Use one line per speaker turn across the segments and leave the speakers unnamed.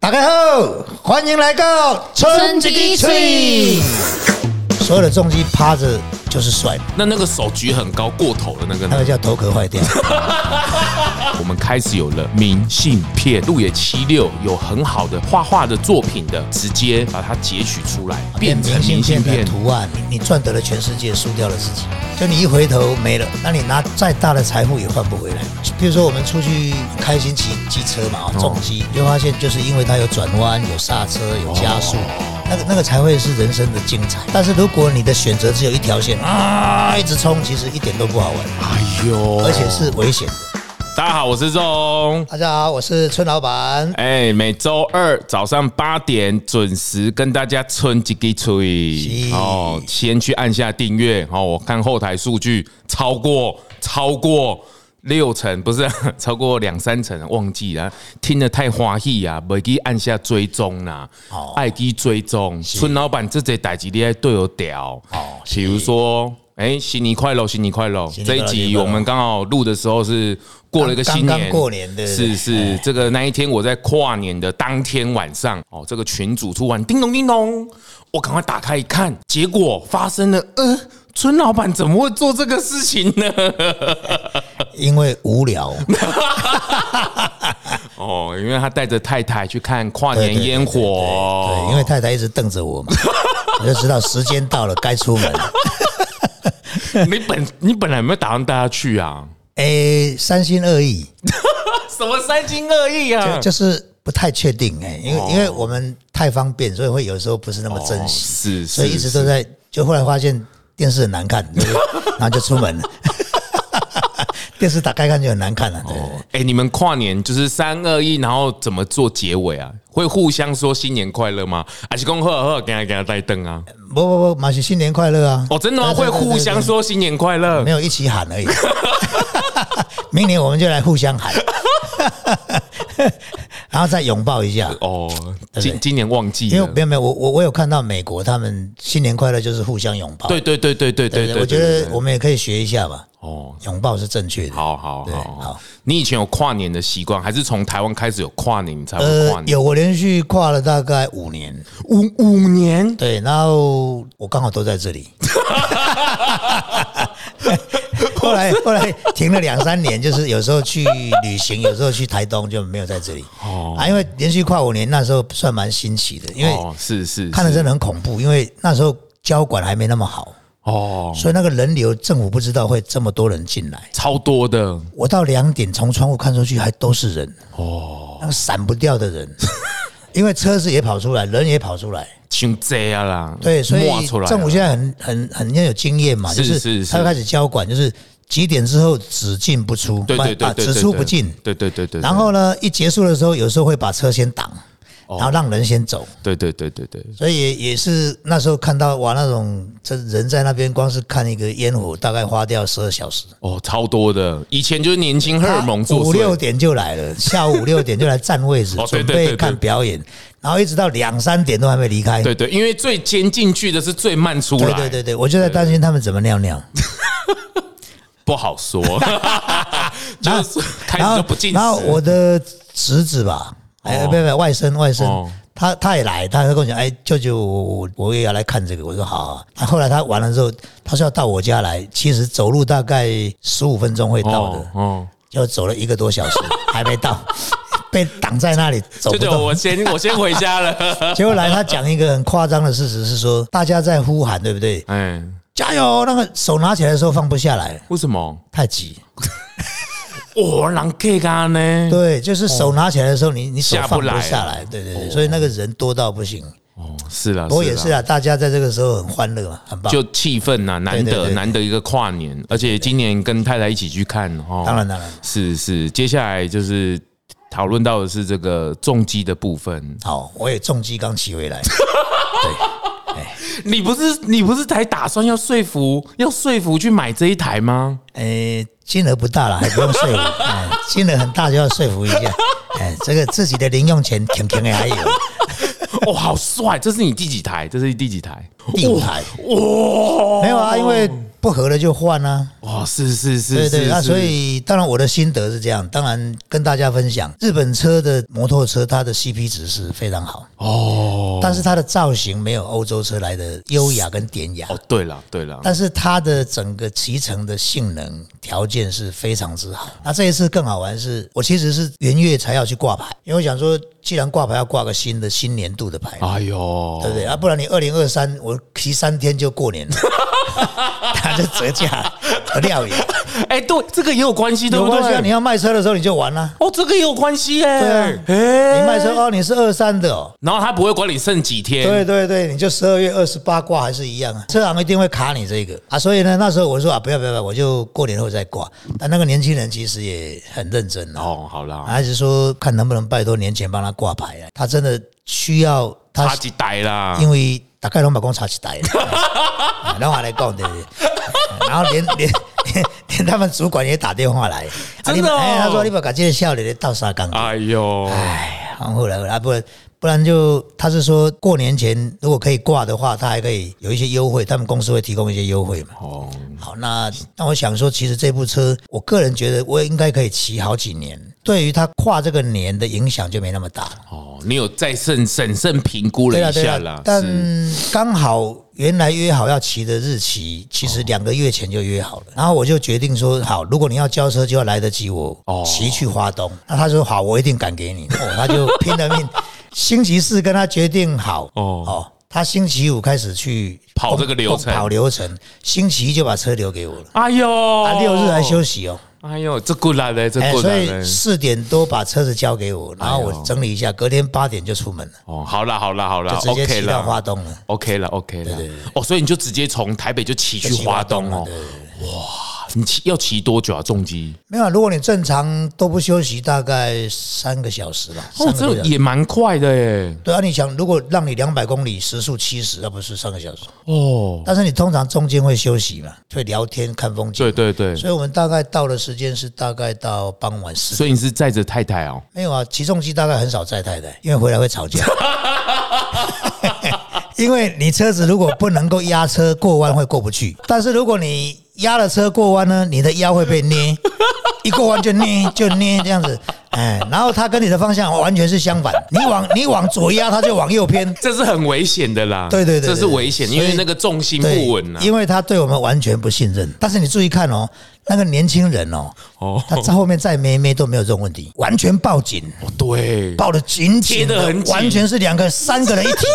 打开后，欢迎来到
春之一吹。
所有的重击趴着就是帅，
那那个手举很高过头的那个
那
呢
个？叫头壳坏掉。
我们开始有了明信片，路野七六有很好的画画的作品的，直接把它截取出来，变成明信
的
片。
图案，你你赚得了全世界，输掉了自己。就你一回头没了，那你拿再大的财富也换不回来。比如说我们出去开心骑机车嘛，哦重机，你就发现就是因为它有转弯、有刹车、有加速。
哦
那个那个才会是人生的精彩。但是如果你的选择只有一条线啊，一直冲，其实一点都不好玩，
哎呦
而且是危险的。
大家好，我是钟。
大家好，我是村老板。
哎，每周二早上八点准时跟大家春几滴吹
是
哦，先去按下订阅哦。我看后台数据超过超过六成，不是 超过两三成，忘记了。听得太欢喜啊，没去按下追踪啦
哦，
爱去追踪。村老板这些代志你要对我屌
哦是
比如说。哎，新年快乐，新年快乐！
新年
这
快乐
一
新年
集
快乐
我们刚好录的时候是过了一个
刚
新
刚
年，
过年对不对哎
是是这个那一天，我在跨年的当天晚上，哦，这个群主突然叮咚叮咚，我赶快打开一看，结果发生了，呃，村老板怎么会做这个事情呢？
因为无聊，
哦，因为他带着太太去看跨
对
年烟
对对对
火，
对，因为太太一直瞪着 我嘛，我就知道时间到了，该出门了。
你本你本来有没有打算带他去啊？
诶，哎三心二意，
什么三心二意啊
就？就是不太确定哎、因为、因为我们太方便，所以会有时候不是那么珍
哦
惜，
是，
所以一直
是
都在。就后来发现电视很难看，对不对 然后就出门了。电视打开看就很难看了、对
哦哎、你们跨年就是三二一，然后怎么做结尾啊？会互相说新年快乐吗？还是恭贺贺，给他给他带灯啊？
不不不，马是新年快乐啊！
哦，真的吗？
对
会
对对对
互相说新年快乐
没？有一起喊而已。 明年我们就来互相喊，然后再拥抱一下。
哦，今今年忘记
因为
了
没。有没有，我我我有看到美国他们新年快乐就是互相拥抱。
对对对对对对对，
我觉
对
得
对
我们也可以学一下吧。
哦，
拥抱是正确的。
好好
对
好好
好。
你以前有跨年的习惯，还是从台湾开始有跨年你才会跨
呃，
年？
有我连续跨了大概五年，
五五年，
对，然后我刚好都在这 里。后来后来停了两三年，就是有时候去旅行，有时候去台东，就没有在这里。
哦
哦，啊，因为连续跨五年，那时候算蛮新奇的，因为
哦，是是
看的
是
真的很恐怖，因为那时候交管还没那么好，
哦，
所以那个人流，政府不知道会这么多人进来。
超多的
我到两点从窗户看出去，还都是人哦，那个闪不掉的人，因为车子也跑出来，人也跑出来，
像这样啦，
对，所以
摸出来啊
政府
了
现在很很很要有经验嘛，
是
就是
是
他开始交管，就是几点之后只进不出，
对对对
啊
对，
只
对
出
对
不进，
对对对对，
然后呢，一结束的时候，有时候会把车先挡，
哦
然后让人先走。
对对对对对，
所以也也是那时候看到哇，那种这人在那边光是看一个烟火，大概花掉十二小时，
哦，超多的。以前就是年轻荷尔蒙作
五六
祟，
点就来了，下午六点就来占位置
哦，对
准
对对
备看
对
表演，然后一直到两三点都还没离开。
对对，因为最先进去的是最慢出
对
来，
对对对，我就在担心他们怎么尿尿，
不好 说，就是开
然
始就
后
不进食。
然后我的侄子吧，哎，
哦
不不，外甥外甥
哦，
他他也来，他他跟我讲，哎，舅舅，我我我也要来看这个，我说好啊。他后来他完了之后，他说要到我家来，其实走路大概十五分钟会到的
哦。哦，
就走了一个多小时还没 到，被挡在那里走
舅
不
舅，
动
我。 先我先回家了。
结果来他讲一个很夸张的事实是说，大家在呼喊，对不对？
哎，
加油！那个手拿起来的时候放不下来，
为什么？
太急。
哦，人客家呢？
对，就是手拿起来的时候，你你手
嗯下
放不
不来
下来，对对对，所以那个人多到不行。
哦，是啦，
不过也是
啦。
啊，大家在这个时候很欢乐嘛，很棒。
就气氛呐、难
对对
得
对
难得一个跨年，而且今年跟太太一起去看哦。
当然当然
是是。接下来就是讨论到的是这个重击的部分。
好，我也重击刚骑回来，
你不是你不是才打算要说服要说服去买这一 台吗？
诶，哎金额不大了，还不用说服，哎金额很大就要说服一下。 哎，这个自己的零用钱，肯肯的还有。
哦，好帅！这是你第几台？这是第几台？
第五台。哇，没有啊，因为不不合了就换啊。
哇，哦是是是，
对对，
是
那
是
所以当然我的心得是这样，当然跟大家分享，日本车的摩托车它的 CP 值是非常好，
哦
但是它的造型没有欧洲车来的优雅跟典雅，
哦，对了对了，
但是它的整个骑乘的性能条件是非常之好。那这一次更好玩是，我其实是元月才要去挂牌，因为我想说，既然挂牌要挂个新的新年度的牌，
哎呦，
对不对啊？不然你二零二三我骑三天就过年了， 它就折价 很料也。
哎，对，这个也有关系，对
有
不对？
关系啊！你要卖车的时候你就完了、
哦，这个也有关系哎、
对啊
哎
你卖车哦，你是二三的哦。
然后他不会管你剩几天，
对对
嗯
对，你就十二月二十八挂还是一样啊，车行一定会卡你这个啊，所以呢，那时候我说啊，不要不要不要，我就过年后再挂。但那个年轻人其实也很认真啊，
哦，好啦，
还是说看能不能拜托年前帮他挂牌啊，他真的需要
差
他，
几代啦，
因为大概拢把工差起 来了，然后还来讲对不 对？然后连连连连他们主管也打电话来，啊你
真的哦
哎他说你把把这个笑脸倒沙缸。
哎呦，
哎，然后来来，不然不然就他是说过年前如果可以挂的话，他还可以有一些优惠，他们公司会提供一些优惠嘛。
哦，
好，那那我想说，其实这部车，我个人觉得我应该可以骑好几年，对于它跨这个年的影响就没那么大了。
哦，你有再慎审慎评估了
对啦
一
对
下
啦
啦，，
但
是
刚好原来约好要骑的日期，其
哦
实两个月前就约好了。然后我就决定说，好，如果你要交车，就要来得及我
哦
骑去花东。那他说好，我一定赶给 你。哦，他就拼了命。星期四跟他决定好，
哦
哦他星期五开始去
跑这个流程
跑流程，星期一就把车留给我了。
哎呦，
他啊六日还休，息哦，
哎呦，这过来嘞，这
哎，
过
所
来
以
嘞，
四点多把车子交给我，然后
哎呦
我整理一下，隔天八点就出门了，
哦，好啦好啦好啦
就直接
啊，OK
骑到
啦
花东了。
，OK 啦 OK 啦，哦，所以你就直接从台北就骑去
就骑
花
花
东
东了
哦
对，
哇，你骑要骑多久啊？重机？
没有啊，如果你正常都不休息，大概三个小时吧。
哦，
三个
这
多小时
也蛮快的耶，
对啊，你想，如果让你两百公里时速七十，那不是三个小时？
哦，
但是你通常中间会休息嘛，会聊天、看风景。
对对对，
所以我们大概到的时间是大概到傍晚四。
所以你是载着太太哦。
没有啊，起重机大概很少载太太，因为回来会吵架。 因为你车子如果不能够压车过弯会过不去，但是如果你压了车过弯呢，你的腰会被 捏，一过弯就捏就捏这样子，哎，然后它跟你的方向完全是相反，你往你往左压，它就往右偏，
这是很危险的啦，
对对对对
这是危险，
所以
因为那个重心
对
不稳啊。
因为他对我们完全不信任。但是你注意看哦，那个年轻人哦，
哦
他在后面再咩咩都没有这种问题，完全抱紧，
对，
抱得紧紧
贴得
的
很，紧
完全是两个三个人 一体，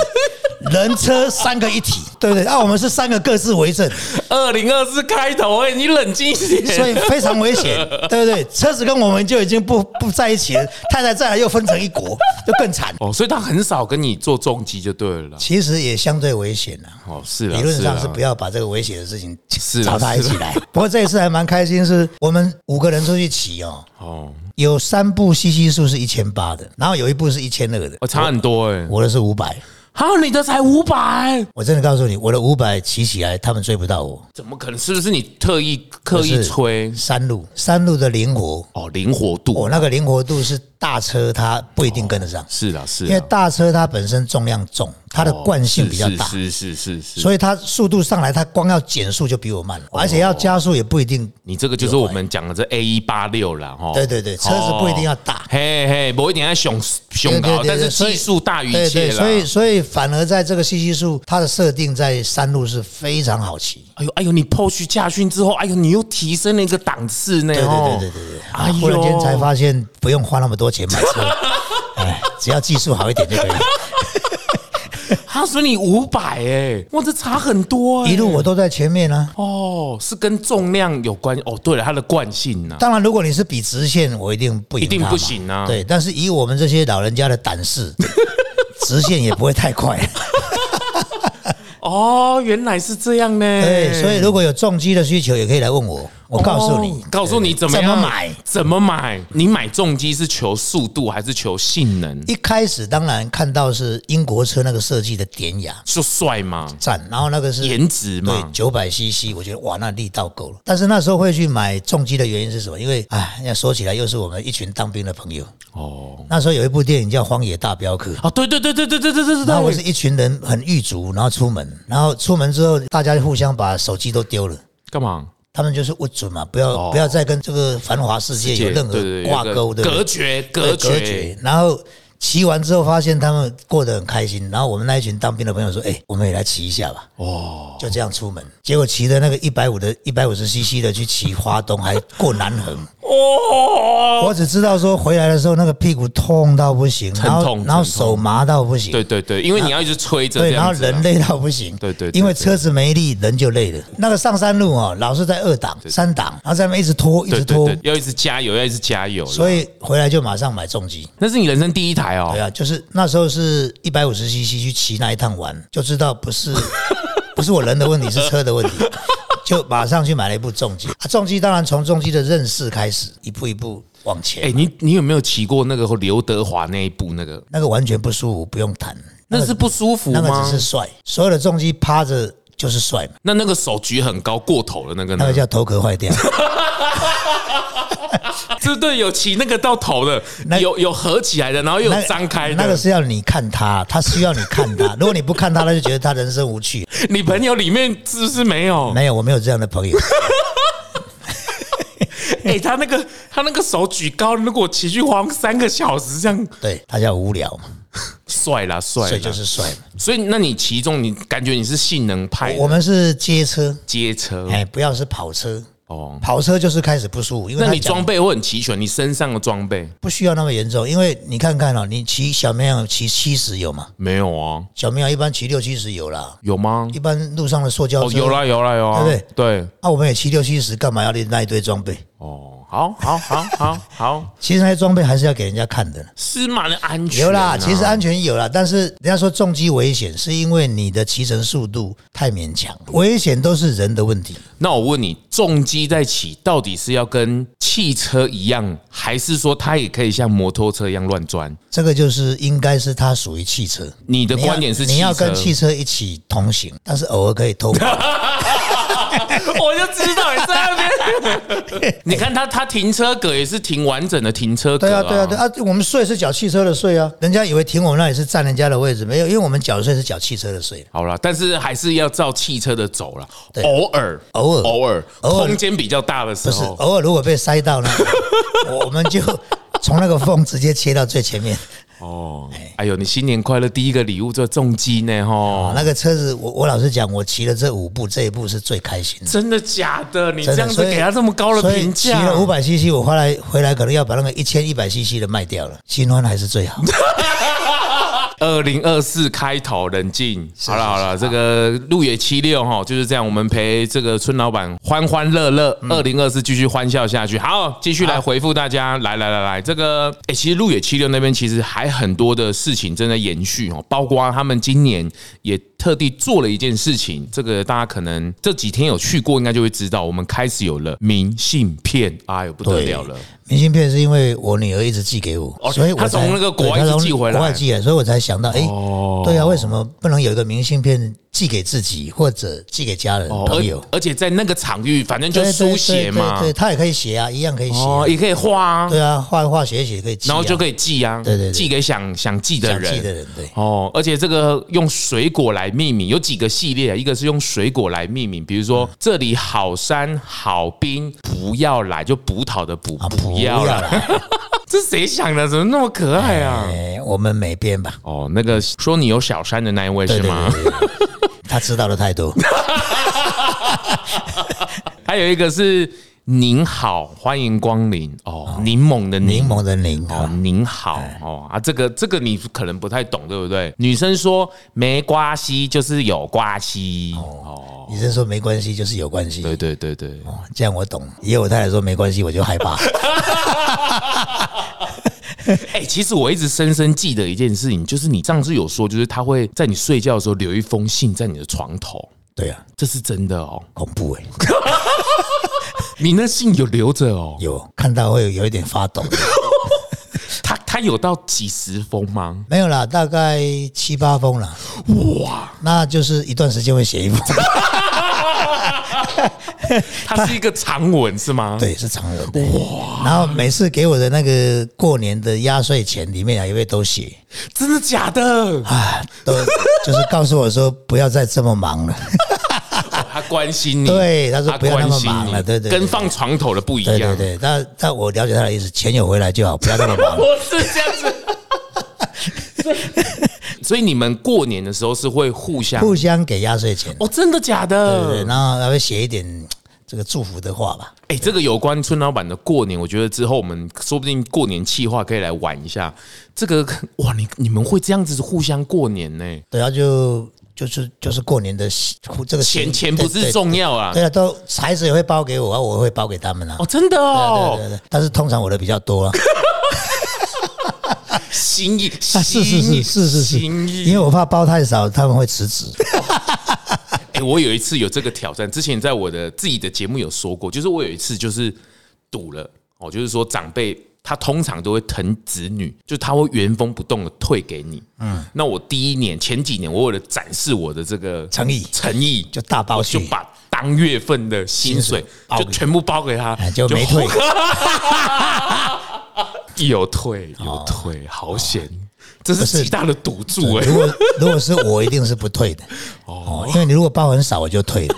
人车三个一体，对不对？啊，我们是三个各自为政，
二零二四开头，哎，你冷静一点。
所以非常危险， 对不对？车子跟我们就已经不不在一起了，太太再来又分成一国，就更惨。
哦，所以他很少跟你做重击就对了啦。
其实也相对危险啊。
哦，是啦，
理论上是
啦
不要把这个危险的事情
是啊啦
找他一起来。 不过这一次还蛮开心，是我们五个人出去骑哦，
哦，
有三部西西数是一千八的，然后有一部是一千二的
我，差很多哎。
我的是五百。
啊，你的才五百，
我真的告诉你，我的五百骑起来，他们追不到我。
怎么可能？是不是你特意刻意
就是
吹？
山路，山路的灵活，
哦，灵活
我
度
那个灵活度是大车它不一定跟得上，
是啊啦，是
因为
啦，
大车它本身重量重，它的
哦
惯性比较大，
是是是是是。
所以它速度上来，它光要减速就比我慢了，而且要加速也不一定。
你这个就是我们讲的这 A 一八六啦，哈。
对对对，车子不一定要
哦。
大。
嘿嘿，不一定要熊熊
对对
高，
对
但是
对所以
技术大于一
对
切
对，
啦。
所以所以反而在这个信息数，它的设定在山路是非常好骑。
哎呦哎呦，你 p o 去驾训之后，哎呦，你又提升了一个档次呢。
对对
哦
对对对对，
哎
啊，
呦，
忽然间才发现不用花那么多钱买 车，哎，只要技术好一点就可以了。
他说你五百哎，哇，这差很多哎、
一路我都在前面啊。
哦，是跟重量有关哦。对了，它的惯性啊呐、
当然，如果你是比直线，我一定不赢
一定
他嘛
不行啊
对，但是以我们这些老人家的胆 识，直线也不会太快。
哦，原来是这样呢。
对，所以如果有重机的需求，也可以来问我，我告诉
哦
你。
告诉你怎么样
怎么买，
怎么买。你买重机是求速度还是求性能？
一开始当然看到是英国车那个设计的典雅
就帅嘛，
赞，然后那个是
颜
对，
值嘛。
九百 CC，我觉得哇，那力道够了。但是那时候会去买重机的原因是什么？因为哎，要说起来又是我们一群当兵的朋友。
哦，
那时候有一部电影叫《荒野大镖客》，
啊，对对对对对对对对
然后我是
对
一群人很狱卒，然后出门，然后出门之后大家互相把手机都丢了，
干嘛？
他们就是物质嘛，不要、不要再跟这个繁华世界有任何
哦对对对
挂
有个
钩，对不对
隔绝
对
隔
隔
绝
绝。然后骑完之后，发现他们过得很开心。然后我们那一群当兵的朋友说：“哎、我们也来骑一下吧。”哦，就这样出门。结果骑的那个一百五的、一百五十 CC 的去骑花东，还过南 横。
哦，
我只知道说回来的时候那个屁股痛到不行，
疼
然后
痛
然后
疼痛
手麻到不行，
对对对，因为你要一直吹着
对，
这
然后
样子啊，
人累到不行，
对对对
因为车子没力，人就累了。那个上山路哦，老是在二档、三档，然后在那边一直拖，一
对
直
对
拖，
对，要一直加油，要一直加油。
所以回来就马上买重机。
那是你人生第一台哦
对，啊，就是那时候是一百五十 cc 去骑那一趟玩，就知道不 是不是我人的问题，是车的问题。就马上去买了一部重机，啊、重机当然从重机的认识开始，一步一步往前。
哎，你你有没有骑过那个刘德华那一部那个？
那个完全不舒服，不用谈，
那是不舒服
那个
吗
只？是帅。所有的重机趴着就是帅嘛，
那那个手举很高过头了那个
那个
呢？
叫头壳坏掉。
是对，有骑那个到头的，
那
有有合起来的，然后又
那
有
个
张开
那个
的。
是要你看他，他需要你看 他。如果你不看他，他就觉得他人生无趣。
你朋友里面是不是没有？
没有，我没有这样的朋友。
哎，他那个他那个手举高，如果骑去荒三个小时，这样
对，他叫无聊嘛，
帅啦帅
所
啦
以。就是帅嘛。
所以，那你骑中，你感觉你是性能派的，
我们是街车，
街车
哎，不要是跑车。
嗯哦。
跑车就是开始不舒服，因为
那
他
你
讲
装备会很齐全，你身上的装备
不需要那么严重，因为你看看哦，你骑小绵羊骑七十有嘛？
没有啊？
小绵羊一般骑六七十有啦，
有吗？
一般路上的塑胶
哦，
车
有。啦，有啦，有啊
对不，
对，
啊，我们也骑六七十，干嘛要拎那一堆装备？
哦，好，好，好，好，好，
其实那些装备还是要给人家看的。
是蛮安全啊。
有啦，其实安全有啦，但是人家说重击危险，是因为你的骑乘速度太勉强，危险都是人的问题。
那我问你，重机在骑到底是要跟汽车一样，还是说它也可以像摩托车一样乱钻？
这个就是应该是它属于汽车。
你的
你要
观点是
你要跟 汽
车？
车一起同行，但是偶尔可以偷 跑。
我就知道你在那边。你看他，他停车格也是停完整的停车格、
对啊，对啊，对啊，我们税是缴汽车的税啊，人家以为停我们那里是占人家的位置，没有，因为我们缴的税是缴汽车的税。啊
好啦，但是还是要照汽车的走啦。
对
偶尔，
偶尔
偶尔，
偶尔
空间比较大的时
不是，哦
候，
偶尔如果被塞 到呢，我我们就从那个缝直接切到最前面。
哦，哎呦，你新年快乐！第一个礼物叫重机呢，吼，
啊那个车子，我我老实讲，我骑了这五步，这一步是最开心的。
真的假的？你这
真的
样子
所以
给他这么高的
所以
评价，
骑了五百 CC，我后来回来可能要把那个一千一百 CC 的卖掉了，新欢还是最 好。
二零二四开头冷静，好了好了，这个路野七六哈就是这样，我们陪这个村老板欢欢乐乐，
嗯
二零二四继续欢笑下去。好，继续来回复大家，来来来来，这个哎、诶其实路野七六那边其实还很多的事情正在延续哦，包括他们今年也特地做了一件事情，这个大家可能这几天有去过，应该就会知道，我们开始有了明信片，哎呦不得了了，
明信片是因为我女儿一直寄给我，
哦
所以我
她
才
从那个国
对
外
她
一直
从
寄回来哦
国外寄来，所以我才想到，哎、对啊，为什么不能有一个明信片寄给自己或者寄给家人、朋友
而？而且在那个场域，反正哦就
对对
书写嘛
对对，对，她也可以写啊，一样可以写、
哦，也可以画啊。
对啊，画一画写一写可以寄、啊，
然后就可
以
以寄啊，
对对对
寄给想想寄的
想
人，
寄的人对。
哦，而且这个用水果来命名，有几个系列，一个是用水果来命名，比如说
嗯
这里好山好冰，不要来，就葡萄的葡，
啊，
不要来，
啦！
这谁想的？怎么那么可爱啊？
哎，我们美编吧，
哦，那个说你有小山的那一位
对
是
对
吗？
对对对，他知道的太 多。
还有一个是您好，欢迎光临哦，柠檬的柠
柠檬的柠
哦
啊，，
您好哦啊，这个这个你可能不太懂，对不对？女生说没关系，就是有关系哦。
医生说没关系，就是有关系。
对对对对，
哦这样我懂。也有我太太说没关系，我就害怕。
哎、其实我一直深深记得一件事情，就是你上次有说，就是他会在你睡觉的时候留一封信在你的床头，
对啊，
这是真的哦。
恐怖哎、
你那信有留着哦，
有看到会有一点发抖。
他他有到几十封吗？
没有啦，大概七八封啦。哇，那就是一段时间会写一封。
它是一个长文是吗？，
对，是长文的。哇，然后每次给我的那个过年的压岁钱里面啊，也会都写。
真的假的？
啊，都就是告诉我说不要再这么忙了。
他关心你，
对他说
他
不要那
关
么
心
忙
你
了对对对
跟放床头的不一
对对
样，
对，那那我了解他的意思，钱有回来就好，不要那么忙。
我是这样子。 所以你们过年的时候是会互相
互相给压岁钱，
哦，真的假
对，
的？
然后还会写一点这个祝福的话吧。
哎、这个有关村老板的过年，我觉得之后我们说不定过年计划可以来玩一下。这个哇，你你们会这样子互相过年呢、
对，然后就就是就是过年的喜这个喜
钱钱不是
对
重要啊
对，对啊，都孩子也会包给我啊，我会包给他们啊
哦，。真的哦，
对对对，啊但是通常我的比较 多啊，
心意，
啊是是
心意
是是是是，
心意，
因为我怕包太少，他们会辞职。
哎、我有一次有这个挑战，之前在我的自己的节目有说过，就是我有一次就是赌了哦，就是说长辈他通常都会疼子女，就他会原封不动的退给你。嗯，那我第一年前几年，我为了展示我的这个
诚 意
诚意
就大包
我
去
就把当月份的薪水
薪水包给
就全部包给他
哎，就没退
有退有退，好险！这是
哦不是
极大的赌注哎、
如果如果是我，一定是不退 的哦，因为你如果包很少，我就退了，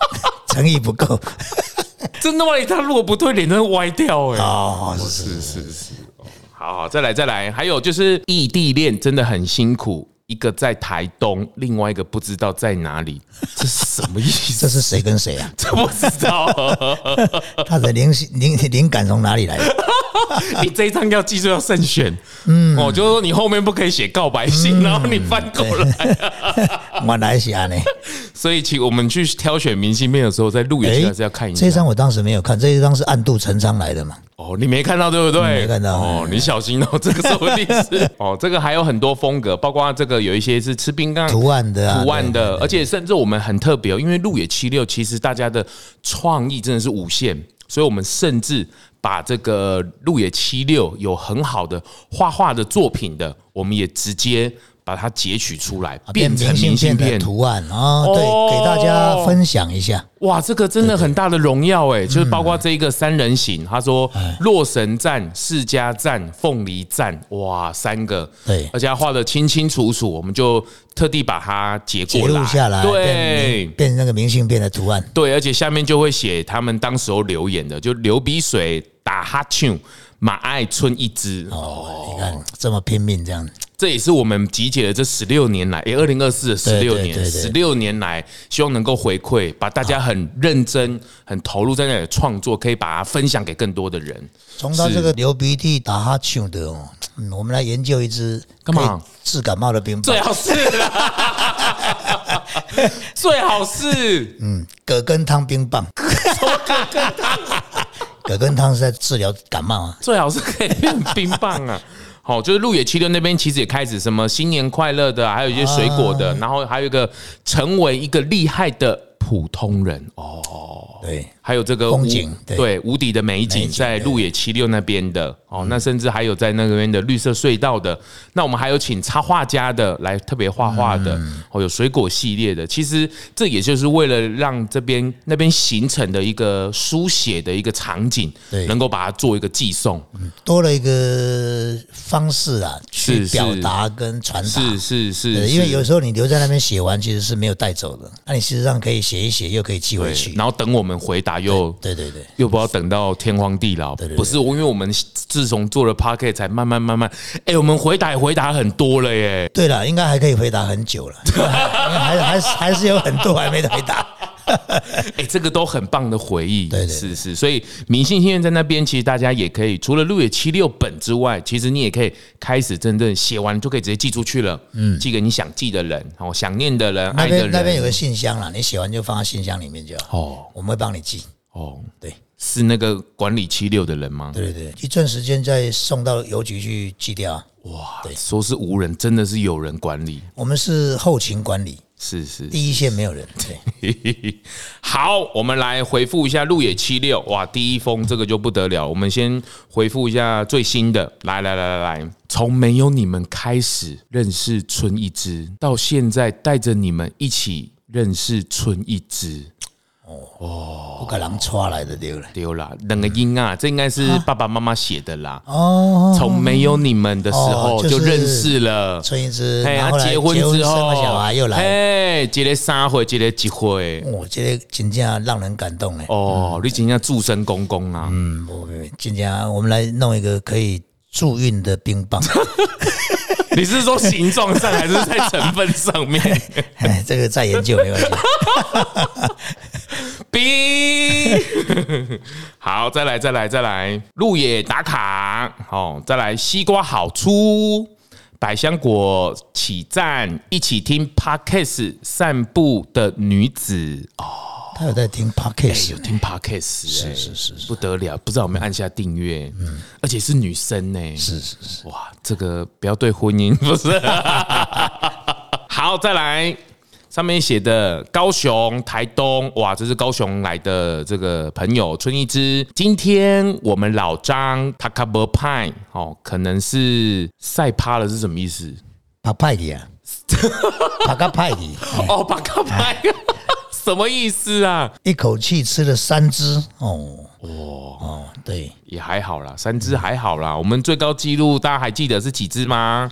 诚意不够
真的万一他如果不退，脸真的歪掉哎、
哦，是是
是是是，哦好好，再来再来，还有就是异地恋真的很辛苦，一个在台东，另外一个不知道在哪里， 这是什么意
这
思？
是谁跟 谁啊？
这不知道，
他的灵灵灵感从哪里来的？
你这一张要记住要慎选，嗯，我、哦、就是说你后面不可以写告白
嗯
信，然后你翻过来，
马来西亚呢？
所以请我们去挑选明信片的时候，在入园区还是要看一
哎这一
下。
张我当时没有看，这一张是暗度陈仓来的嘛？
哦，你没看到对不对？
嗯没看到
哦，你小心哦，这个说不定 是哦，这个还有很多风格，包括这个有一些是吃冰干
图案的啊
嗯图案的，而且甚至我们很特别哦，因为路野七六其实大家的创意真的是无限，所以我们甚至把这个路野七六有很好的画画的作品的，我们也直接把它截取出来，
啊
变成明
明
信
信
片
的。图案哦，
哦
对，给大家分享一下。
哇，这个真的很大的荣耀哎，就是包括这一个三人行，他说
嗯哎
洛神站、世家站、凤梨站，哇，三个
对
而且他画的清清楚楚，我们就特地把它截
截
过
录下来，变
对
明。变那个明信片的图案。
对，而且下面就会写他们当时候留言的，就流鼻水、打哈欠、马爱春一支，
哦，你看这么拼命这样，
这也是我们集结了这十六年来，诶，二零二四的十
对
六
对
年，
对
十
对
六年来，希望能够回馈，把大家很认真、很投入在那里创作，可以把它分享给更多的人。
从他
是
这个流鼻涕打哈欠的哦，嗯我们来研究一支
干嘛
可以治感冒的冰
最
棒，
好是 啦，最好是
嗯，葛根汤冰 棒。 葛根汤是在治疗感冒啊，
最好是可以变冰棒 啊。好，就是鹿野七六那边其实也开始什么新年快乐的啊，还有一些水果的，然后还有一个成为一个厉害的普通人哦，
对，
还有这个
风
无
景对
对无敌的美景
美景嗯
在鹿野七六那边的哦，那甚至还有在那边的绿色隧道的，那我们还有请插画家的来特别画画的
嗯
哦，有水果系列的，其实这也就是为了让这边那边形成的一个书写的一个场景，
对
能够把它做一个寄送。
多了一个方式啊，去
是是
表达跟传达。
是是是，
对，因为有
是
时候你留在那边写完，其实是没有带走的。那你事实上可以写一写，又可以寄回去
对。然后等我们回答又
对对对，
又不要等到天荒地老，
对对
不是因为我们自从做了 p o c k e t 才慢慢慢慢，哎，我们回答也回答很多了耶，
对了，应该还可以回答很久 了，因为还还是还是有很多还没回答。
哎，这个都很棒的回忆，
对对对
是是，所以明信片在那边，其实大家也可以除了路野七六本之外，其实你也可以开始真正写完就可以直接寄出去了，嗯，寄给你想寄的人，哦，想念的人，
那
爱的
边那边有
人，
个信箱啦，你写完就放在信箱里面就好。
哦
我们会帮你寄。
哦，
对
是那个管理七六的人吗？
对对对，一段时间再送到邮局去寄掉啊。
哇，说是无人，真的是有人管理，
我们是后勤管理，
是是。
第一线没有人。对，
好，我们来回复一下路野七六，哇，第一封这个就不得了，我们先回复一下最新的，来来来来来，从没有你们开始认识春一枝，到现在带着你们一起认识春一枝。
哦，不给人抓来的对了。
丢啦，两个音啊，这应该是爸爸妈妈写的啦。
嗯哦，
从没有你们的时候
哦就是
就认识了，
春一枝，
嘿，
然
啊
后，后来
结婚之
生
后
了小孩又来，
嘿，一个三回，一个一回，
我觉得真正让人感动哎。
哦，你真正祝生公公啊，
嗯，我今天我们来弄一个可以助孕的冰 棒，
你是说形状上还是在成分上面？
哎，这个再研究没关系。
冰， 好，再来，再来，再来，鹿野打卡，好、再来，西瓜好粗，百香果起站，一起听 Parkes 散步的女子，哦，
他有在听 podcast，
有听 Parkes，、是是是，不得了，不知道有没有按下订阅，嗯，而且是女生呢、
是是是，
哇，这个不要对婚姻 不是。好，再来，上面写的高雄、台东，哇，这是高雄来的这个朋友春一枝。今天我们老张 t a k a b 派哦，可能是晒趴了，是什么意思？
帕派的啊，帕卡派的， 哎
哦，巴卡派， 什么意思啊？
一口气吃了三只哦，哦哦，对，
也还好啦，三只还好啦。我们最高纪录大家还记得是几只吗？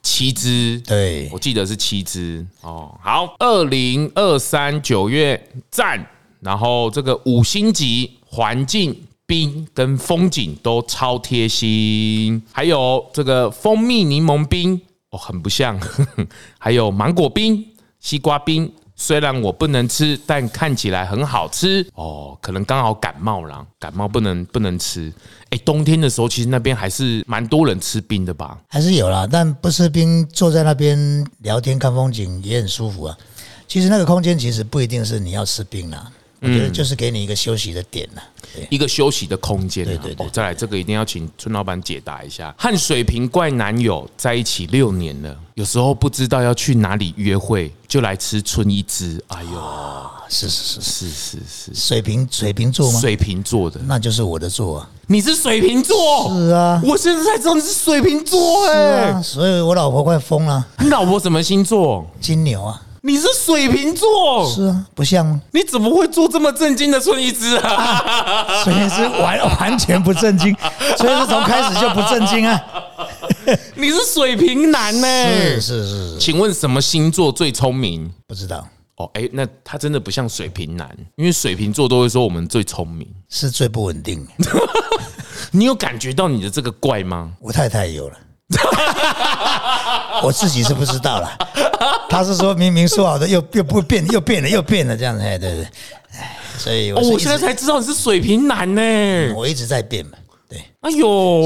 七只，
对
我记得是七只哦。好，二零二三九月赞，然后这个五星级环境。冰跟风景都超贴心，还有这个蜂蜜柠檬冰哦，很不像， 还有芒果冰、西瓜冰。虽然我不能吃，但看起来很好吃哦。可能刚好感冒啦，感冒不能不能吃。哎，冬天的时候，其实那边还是蛮多人吃冰的吧？
还是有啦，但不吃冰，坐在那边聊天看风景也很舒服啊。其实那个空间其实不一定是你要吃冰啦，我觉得就是给你一个休息的点啦。对，
一个休息的空间、啊。
对对对
哦，再来这个一定要请村老板解答一下。和水瓶怪男友在一起六年了，有时候不知道要去哪里约会，就来吃春一枝。哎
哦
呦，
是是是，
是是是，
水瓶水瓶座吗？
水瓶座的，
那就是我的座啊。
你是水瓶座？
是啊
我现在才知道你是水瓶座
是
哎、
啊，所以我老婆快疯了，
你老婆什么星座？
金牛啊，
你是水瓶座，
是啊，不像吗？
你怎么会做这么震惊的春一枝啊？
所以是完完全不正 经，所以是从开始就不正经啊。
你是水瓶男呢、
是是是，是
请问什么星座最聪明？
不知道
哦，哎、那他真的不像水瓶男，因为水瓶座都会说我们最聪明。
是最不稳定的。
你有感觉到你的这个怪吗？
我太太有了， 我自己是不知道了。他是说明明说好的，又又不变，又变了，又变了这样子。哎，对对，哎，所以我
哦，
是
我
一
现在
直、
才知道你是水瓶男呢、
我一直在变嘛。对，
哎
所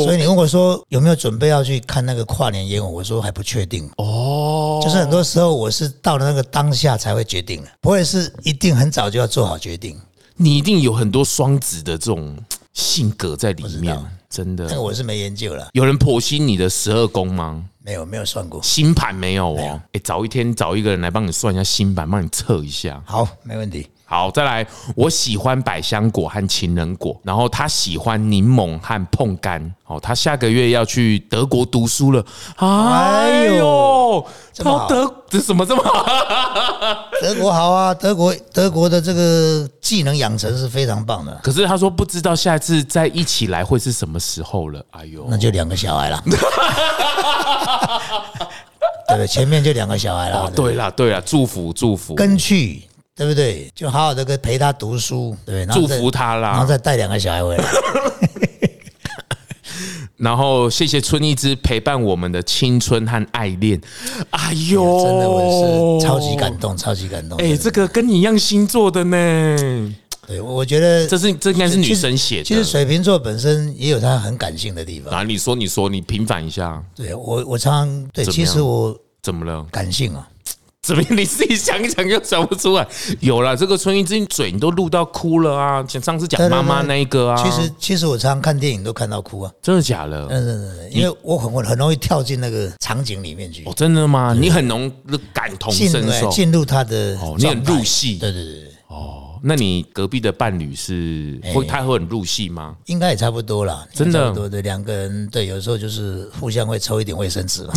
呦，
以你问我说有没有准备要去看那个跨年烟火，我说还不确定。
哦，
就是很多时候我是到了那个当下才会决定的，不会是一定很早就要做好决定。
你一定有很多双子的这种性格在里面
道，
真
那个
的。
我是没研究了，
有人剖析你的十二宫吗？
没有没有算过。
星盘没有哦。哎、找一天找一个人来帮你算一下星盘，帮你测一下。
好，没问题。
好，再来，我喜欢百香果和情人果，然后他喜欢柠檬和碰柑。哦，他下个月要去德国读书了。哎
哎
呦
呦，这么
他
好
德这什么这么好？
德国好啊，德国德国的这个技能养成是非常棒的。
可是他说不知道下次再一起来会是什么时候了。哎呦
那，就两个小孩 了，对不对？前面就两个小孩了，
哦，对啦对啦，祝福祝福，
跟去，对不对？就好好的跟陪他读书，对不对，然后
祝
再
福，他
然后
啦。
再带两个小孩回来，
然后谢谢春一枝陪伴我们的青春和爱恋。哎呦，
真的我是超级感。动，超级感动。
哎、这个跟你一样星座的呢。
对，我我觉得
这是这应该是女生写的。
其实水瓶座本身也有他很感性的地方。
啊，你说你说，你平反一下，
对我，我常常对，
怎么
其
样
实我
怎么了？
感性啊，
怎么 你自己想一想又想不出来？有了这个春英之嘴，你都录到哭了啊！像上次讲
对对
妈妈那一个啊，
其实其实我常常看电影都看到哭啊，
真的假的？
嗯，嗯嗯因为我很很容易跳进那个场景里面去
哎哦，，真的吗？你很能感同
进
身
入
受。
进入他的
哦你很
状态
入戏
对对对对，
哦，那你隔壁的伴侣是
哎
会他会很入戏吗？
应该也差不多啦，
真的
应该差不多对，两个人对，有时 候就是互相会抽一点卫生纸嘛，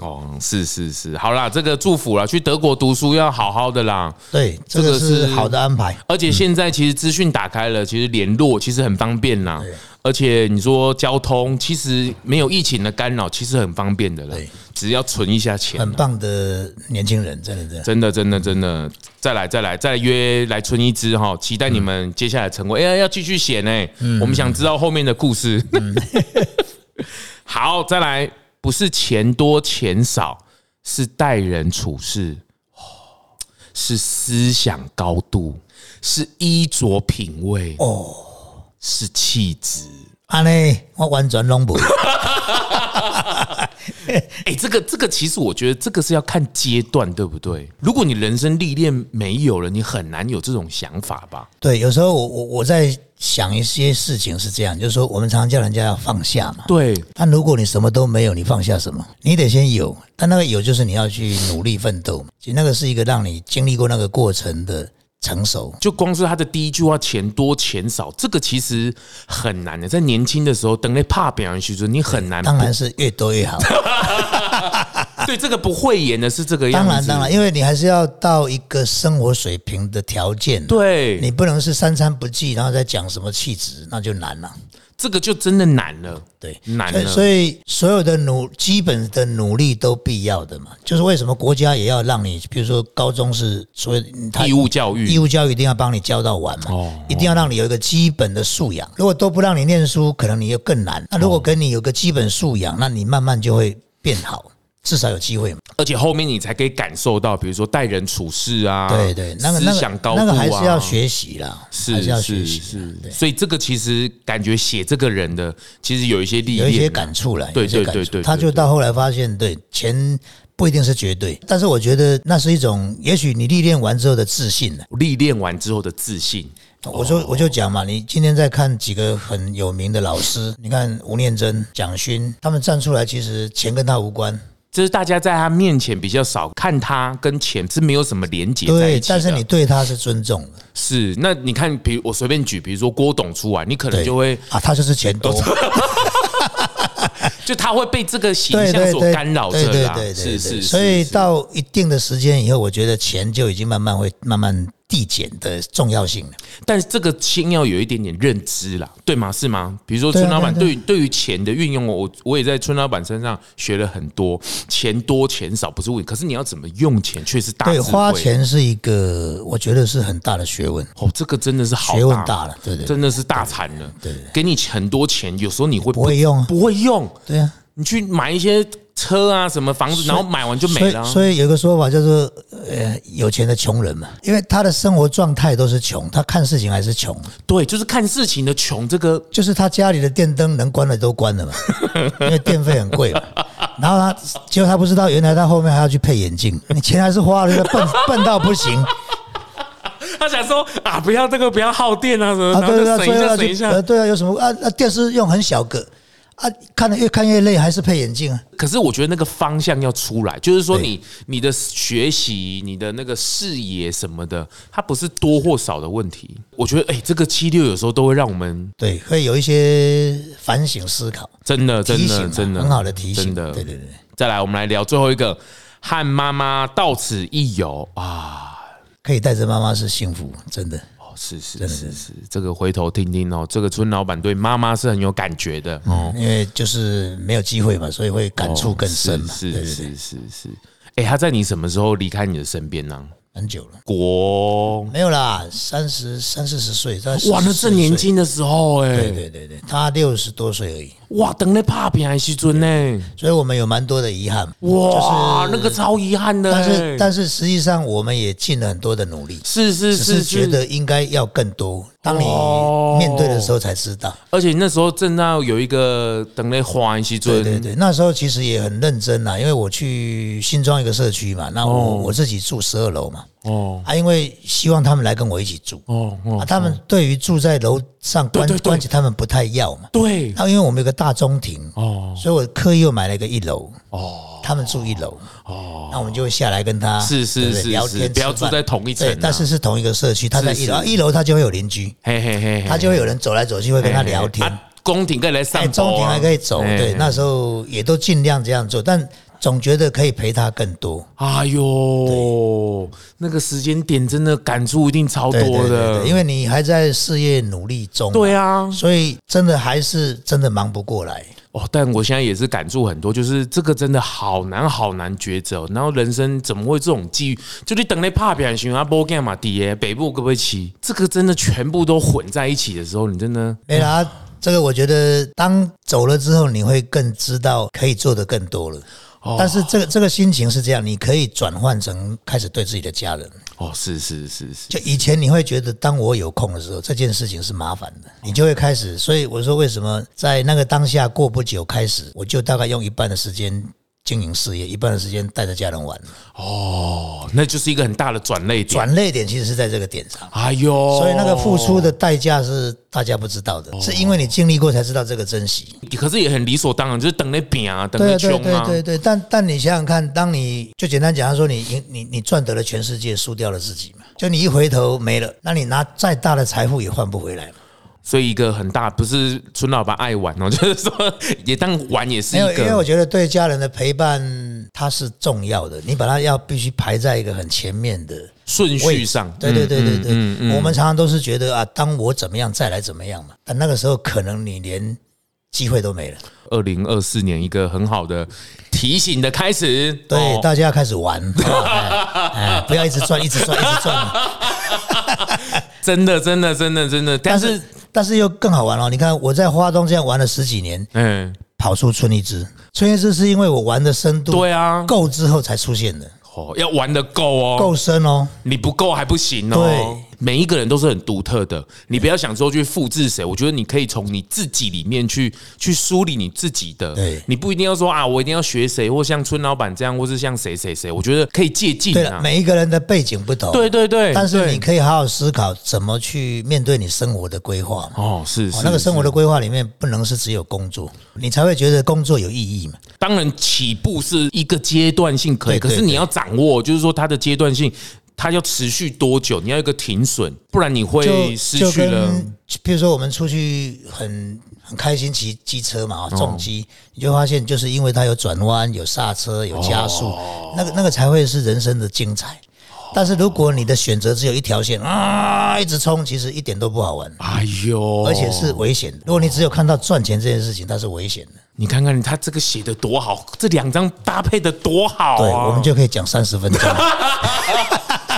哦，是是是，好啦，这个祝福啦，去德国读书要好好的啦。
对，这
这
个
个
是
是
好的安排。
而且现在其实资讯打开了，其实联络其实很方便啦。而且你说交通，其实没有疫情的干扰，其实很方便的啦
对。
只要存一下钱啊
很
啦，
棒的年轻人，真的真的。
真的真的真的，再来再来再来约来春一枝哈，期待你们接下来成果。哎呀，要继续写呢，我们想知道后面的故事。 好，再来，不是钱多钱少，是待人处事，哦是思想高度，是衣着品味，哦，是气质。
安尼我完全拢无，
哎、这个这个，其实我觉得这个是要看阶段，对不对？如果你人生历练没有了，你很难有这种想法吧？
对，有时候我我我在想一些事情是这样，就是说我们常叫人家要放下嘛。
对，
但如果你什么都没有，你放下什么？你得先有，但那个有就是你要去努力奋斗嘛。其实那个是一个让你经历过那个过程的成熟。
就光是他的第一句话“钱多钱少”，这个其实很难的。在年轻的时候，等你怕别人去说，你很难。
当然是越多越 好，
对这个不会演的是这个样
当
子。
然当然，因为你还是要到一个生活水平的条件，，
对
你不能是三餐不继，然后再讲什么气质，那就难了。
这个就真的难了。
对，
难
所以
了
所以所有的努基本的努力都必要的嘛，就是为什么国家也要让你，比如说高中是所谓他
义务教
义
育，
务教育一定要帮你教到完嘛，
哦
一定要让你有一个基本的素养。如果都不让你念书，可能你又更难。
哦
那如果跟你有个基本素养，那你慢慢就会变好，至少有机会嘛。
而且后面你才可以感受到，比如说待人处事啊，
对对，那个那
思
个
想高
那
度啊，
个还是要学习啦，还
是
是要学
是
习啦，
是
对，
所以这个其实感觉写这个人的，其实有一些历练啊，
有一些感触了，
对
有一些
对
感
对
触
对对
他就到后来发现，对钱不一定是绝对，但是我觉得那是一种，也许你历练完之后的自信呢。
历练完之后的自信。
我说我就讲嘛，你今天在看几个很有名的老师，你看吴念真、蒋勋，他们站出来，其实钱跟他无关，
就是大家在他面前比较少看他跟钱是没有什么连结在
对
一，起的。
但是你对他是尊重的，
是那你看，比如我随便举，比如说郭董出来，你可能
对，
就会
啊，他就是钱 多，
就他会被这个形
对
象
对
所
对，
干扰
对
着
对
啦。
对对
是
对
是，是
所以
是
到一定的时间以后，我觉得钱就已经慢慢会慢慢递减的重要性了。
但是这个先要有一点点认知啦，对吗？是吗？比如说
对啊
村老板
对
对于对于钱的运用，我我也在村老板身上学了很多，钱多钱少不是问题，可是你要怎么用钱却是大
对，
智
花
慧。
钱是一个，我觉得是很大的学问，
哦，这个真的是好
学问大了，对对对，
真的是大惨了。对，给你很多钱，有时候你会
不会用啊
不会用，
对啊，
你去买一些车啊，什么房子，然后买完就
所
没
以
了啊。
所以有一个说法叫做，呃，有钱的穷人嘛，因为他的生活状态都是穷，他看事情还是穷，
对，就是看事情的穷，这个
就是他家里的电灯能关的都关了嘛，因为电费很贵嘛。然后他结果他不知道，原来他后面还要去配眼镜，你钱还是花了，笨 笨到不行。
他想说啊，不要这个，不要耗电啊什么，
啊，
然后
对
就
对，
省
所
一
以要
下，省一
去呃，
下。
对啊，有什么啊？啊，电视用很小个啊，看得越看越累，还是配眼镜啊？
可是我觉得那个方向要出来，就是说
对
你你的学习、你的那个视野什么的，它不是多或少的问题。我觉得哎、这个七六有时候都会让我们
对，会有一些反省思考，
真的真
提醒
的
啊
真的
很好的提醒
真的
对对对。
再来，我们来聊最后一个，和妈妈到此一游啊。
可以带着妈妈是幸福，真的。
哦是是是是，这个回头听听哦，这个村老板对妈妈是很有感觉的哦，
因为就是没有机会嘛，所以会感触更深嘛。
哦是
对
是
对对，
是是是。哎，他在你什么时候离开你的身边呢？
很久了，
国
没有啦，三十三四十岁，在
哇，那正年。轻的时候
对
哎，
对对对，他六十多岁而已，
哇，等那怕平还是尊呢，
所以我们有蛮多的遗憾。
哇，那个超遗憾的
但
欸
是，但是实际上我们也尽了很多的努力，
是是
只是
是
觉
是，
得应该要更多。当你
哦
面对的时候才知道。
而且那时候正要有一个等那花还是
对对
尊，
对，那时候其实也很认真啦，因为我去新庄一个社区嘛，那我、我自己住十二楼嘛，
哦
啊，因为希望他们来跟我一起住，
哦
啊，
哦，
他们对于住在楼上关
对对对
关起，他们不太要嘛。
对
那因为我们有个大中庭，
哦
所以我刻意又买了一个一楼，哦，他们住一楼，哦，那我们就会下来跟他
是是
对不对
是
聊
是
天，
不要
吃饭
住在同一层啊
对但是是同一个社区，他在一楼，
是
啊一楼他就会有邻居，
嘿嘿嘿嘿，
他就会有人走来走去，会
哎
跟他聊天。
啊，宫廷可以来上、
哎，
啊，
中庭还可以走，
哎
对，那时候也都尽量这样做，但总觉得可以陪他更多。
哎呦，那个时间点真的感触一定超
对对
多
对
的，
对，因为你还在事业努力中，
对，啊，
所以真的还是真的忙不过来。
哦，但我现在也是感触很多，就是这个真的好难好难抉择。然后人生怎么会这种际遇？就你等那怕表行啊，波干嘛底耶，北部可不可以骑？这个真的全部都混在一起的时候，你真的
没啦，哎这个我觉得当走了之后，你会更知道可以做的更多了。
哦
但是这个这个心情是这样，你可以转换成开始对自己的家人。
哦，是是是是，
就以前你会觉得，当我有空的时候，这件事情是麻烦
哦
的，你就会开始。所以我说，为什么在那个当下过不久开始，我就大概用一半的时间经营事业，一半的时间带着家人玩。
哦，那就是一个很大的转类点。
转泪点其实是在这个点上，
哎呦，
所以那个付出的代价是大家不知道
哦
的，是因为你经历过才知道这个珍惜。
可是也很理所当然，就是等那饼啊，等
对
那
啊对
穷
对
啊，
对对，但但你想想看，当你就简单讲，他说你赢你你赚得了全世界，输掉了自己嘛，就你一回头没了，那你拿再大的财富也换不回来嘛。
所以一个很大，不是孙老板爱玩哦， 就是说也当玩也是
没有，
一
因为我
个。
觉得对家人的陪伴它是重要的，你把它要必须排在一个很前面的
顺
位
序
置
上，
对对对对
嗯
对，我们常常都是觉得啊，当我怎么样再来怎么样嘛，但那个时候可能你连机会都没了。
二零二四年一个很好的提醒的开始。
对，
哦
大家开始 玩，哎哎不要一直赚，一直赚，一直赚。
真的，真的，真的，真的， 但
但
是
是，但是又更好玩哦！你看我在花东这样玩了十几年，
嗯，
跑出春一枝。春一枝是因为我玩的深度
对啊，
够之后才出现的，
哦，要玩的够哦，
够深哦。
你不够还不行哦。每一个人都是很独特的，你不要想说去复制谁，我觉得你可以从你自己里面去去梳理你自己的
对，
你不一定要说啊，我一定要学谁，或像村老板这样，或是像谁谁谁，我觉得可以借
对
鉴
了，
啊。
每一个人的背景不同，
对对对，
但是你
对
可以好好思考怎么去面对你生活的规划嘛。
哦，是
哦
是
那个生活
是
的规划里面不能是只有工作，你才会觉得工作有意义嘛。
当然起步是一个阶段性可
对
以，可
对
是你要掌握，就是说它的阶段性，它要持续多久，你要有一个停损，不然你会
就
失
就
去了。
跟比如说我们出去很很开心骑机车嘛，哦重机，你就发现就是因为它有转弯、有刹车、有加速，
哦
那个那个才会是人生的精彩。但是如果你的选择只有一条线啊，一直冲，其实一点都不好玩，
哎呦，
而且是危险的。如果你只有看到赚钱这件事情，它是危险的。
你看看他这个写的多好，这两张搭配的多好
对，
啊！
我们就可以讲三十分钟。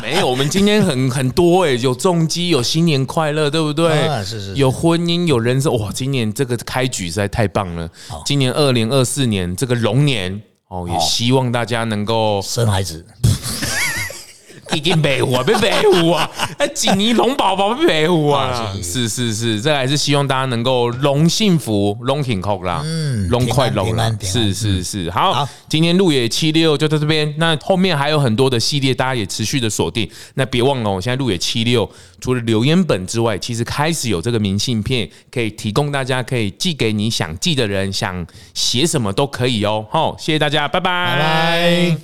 没有，我们今天很很多哎、有重击，有新年快乐，对不对？
啊是是是
有婚姻，有人生，哇，今年这个开局实在太棒了！今年二零二四年这个龙年哦，也希望大家能够
生孩子，
已经北湖啊，被北湖 啊，哎，锦尼龙宝宝被北湖啊，是是是，这还是希望大家能够龙幸福、龙幸福啦，嗯，龙快龙
平
啦
安，平安
是是是，好
好，
今天路野七六就到这边，那后面还有很多的系列，大家也持续的锁定，那别忘了哦，现在路野七六除了留言本之外，其实开始有这个明信片可以提供大家，可以寄给你想寄的人，想写什么都可以哦，好，谢谢大家，拜
拜拜。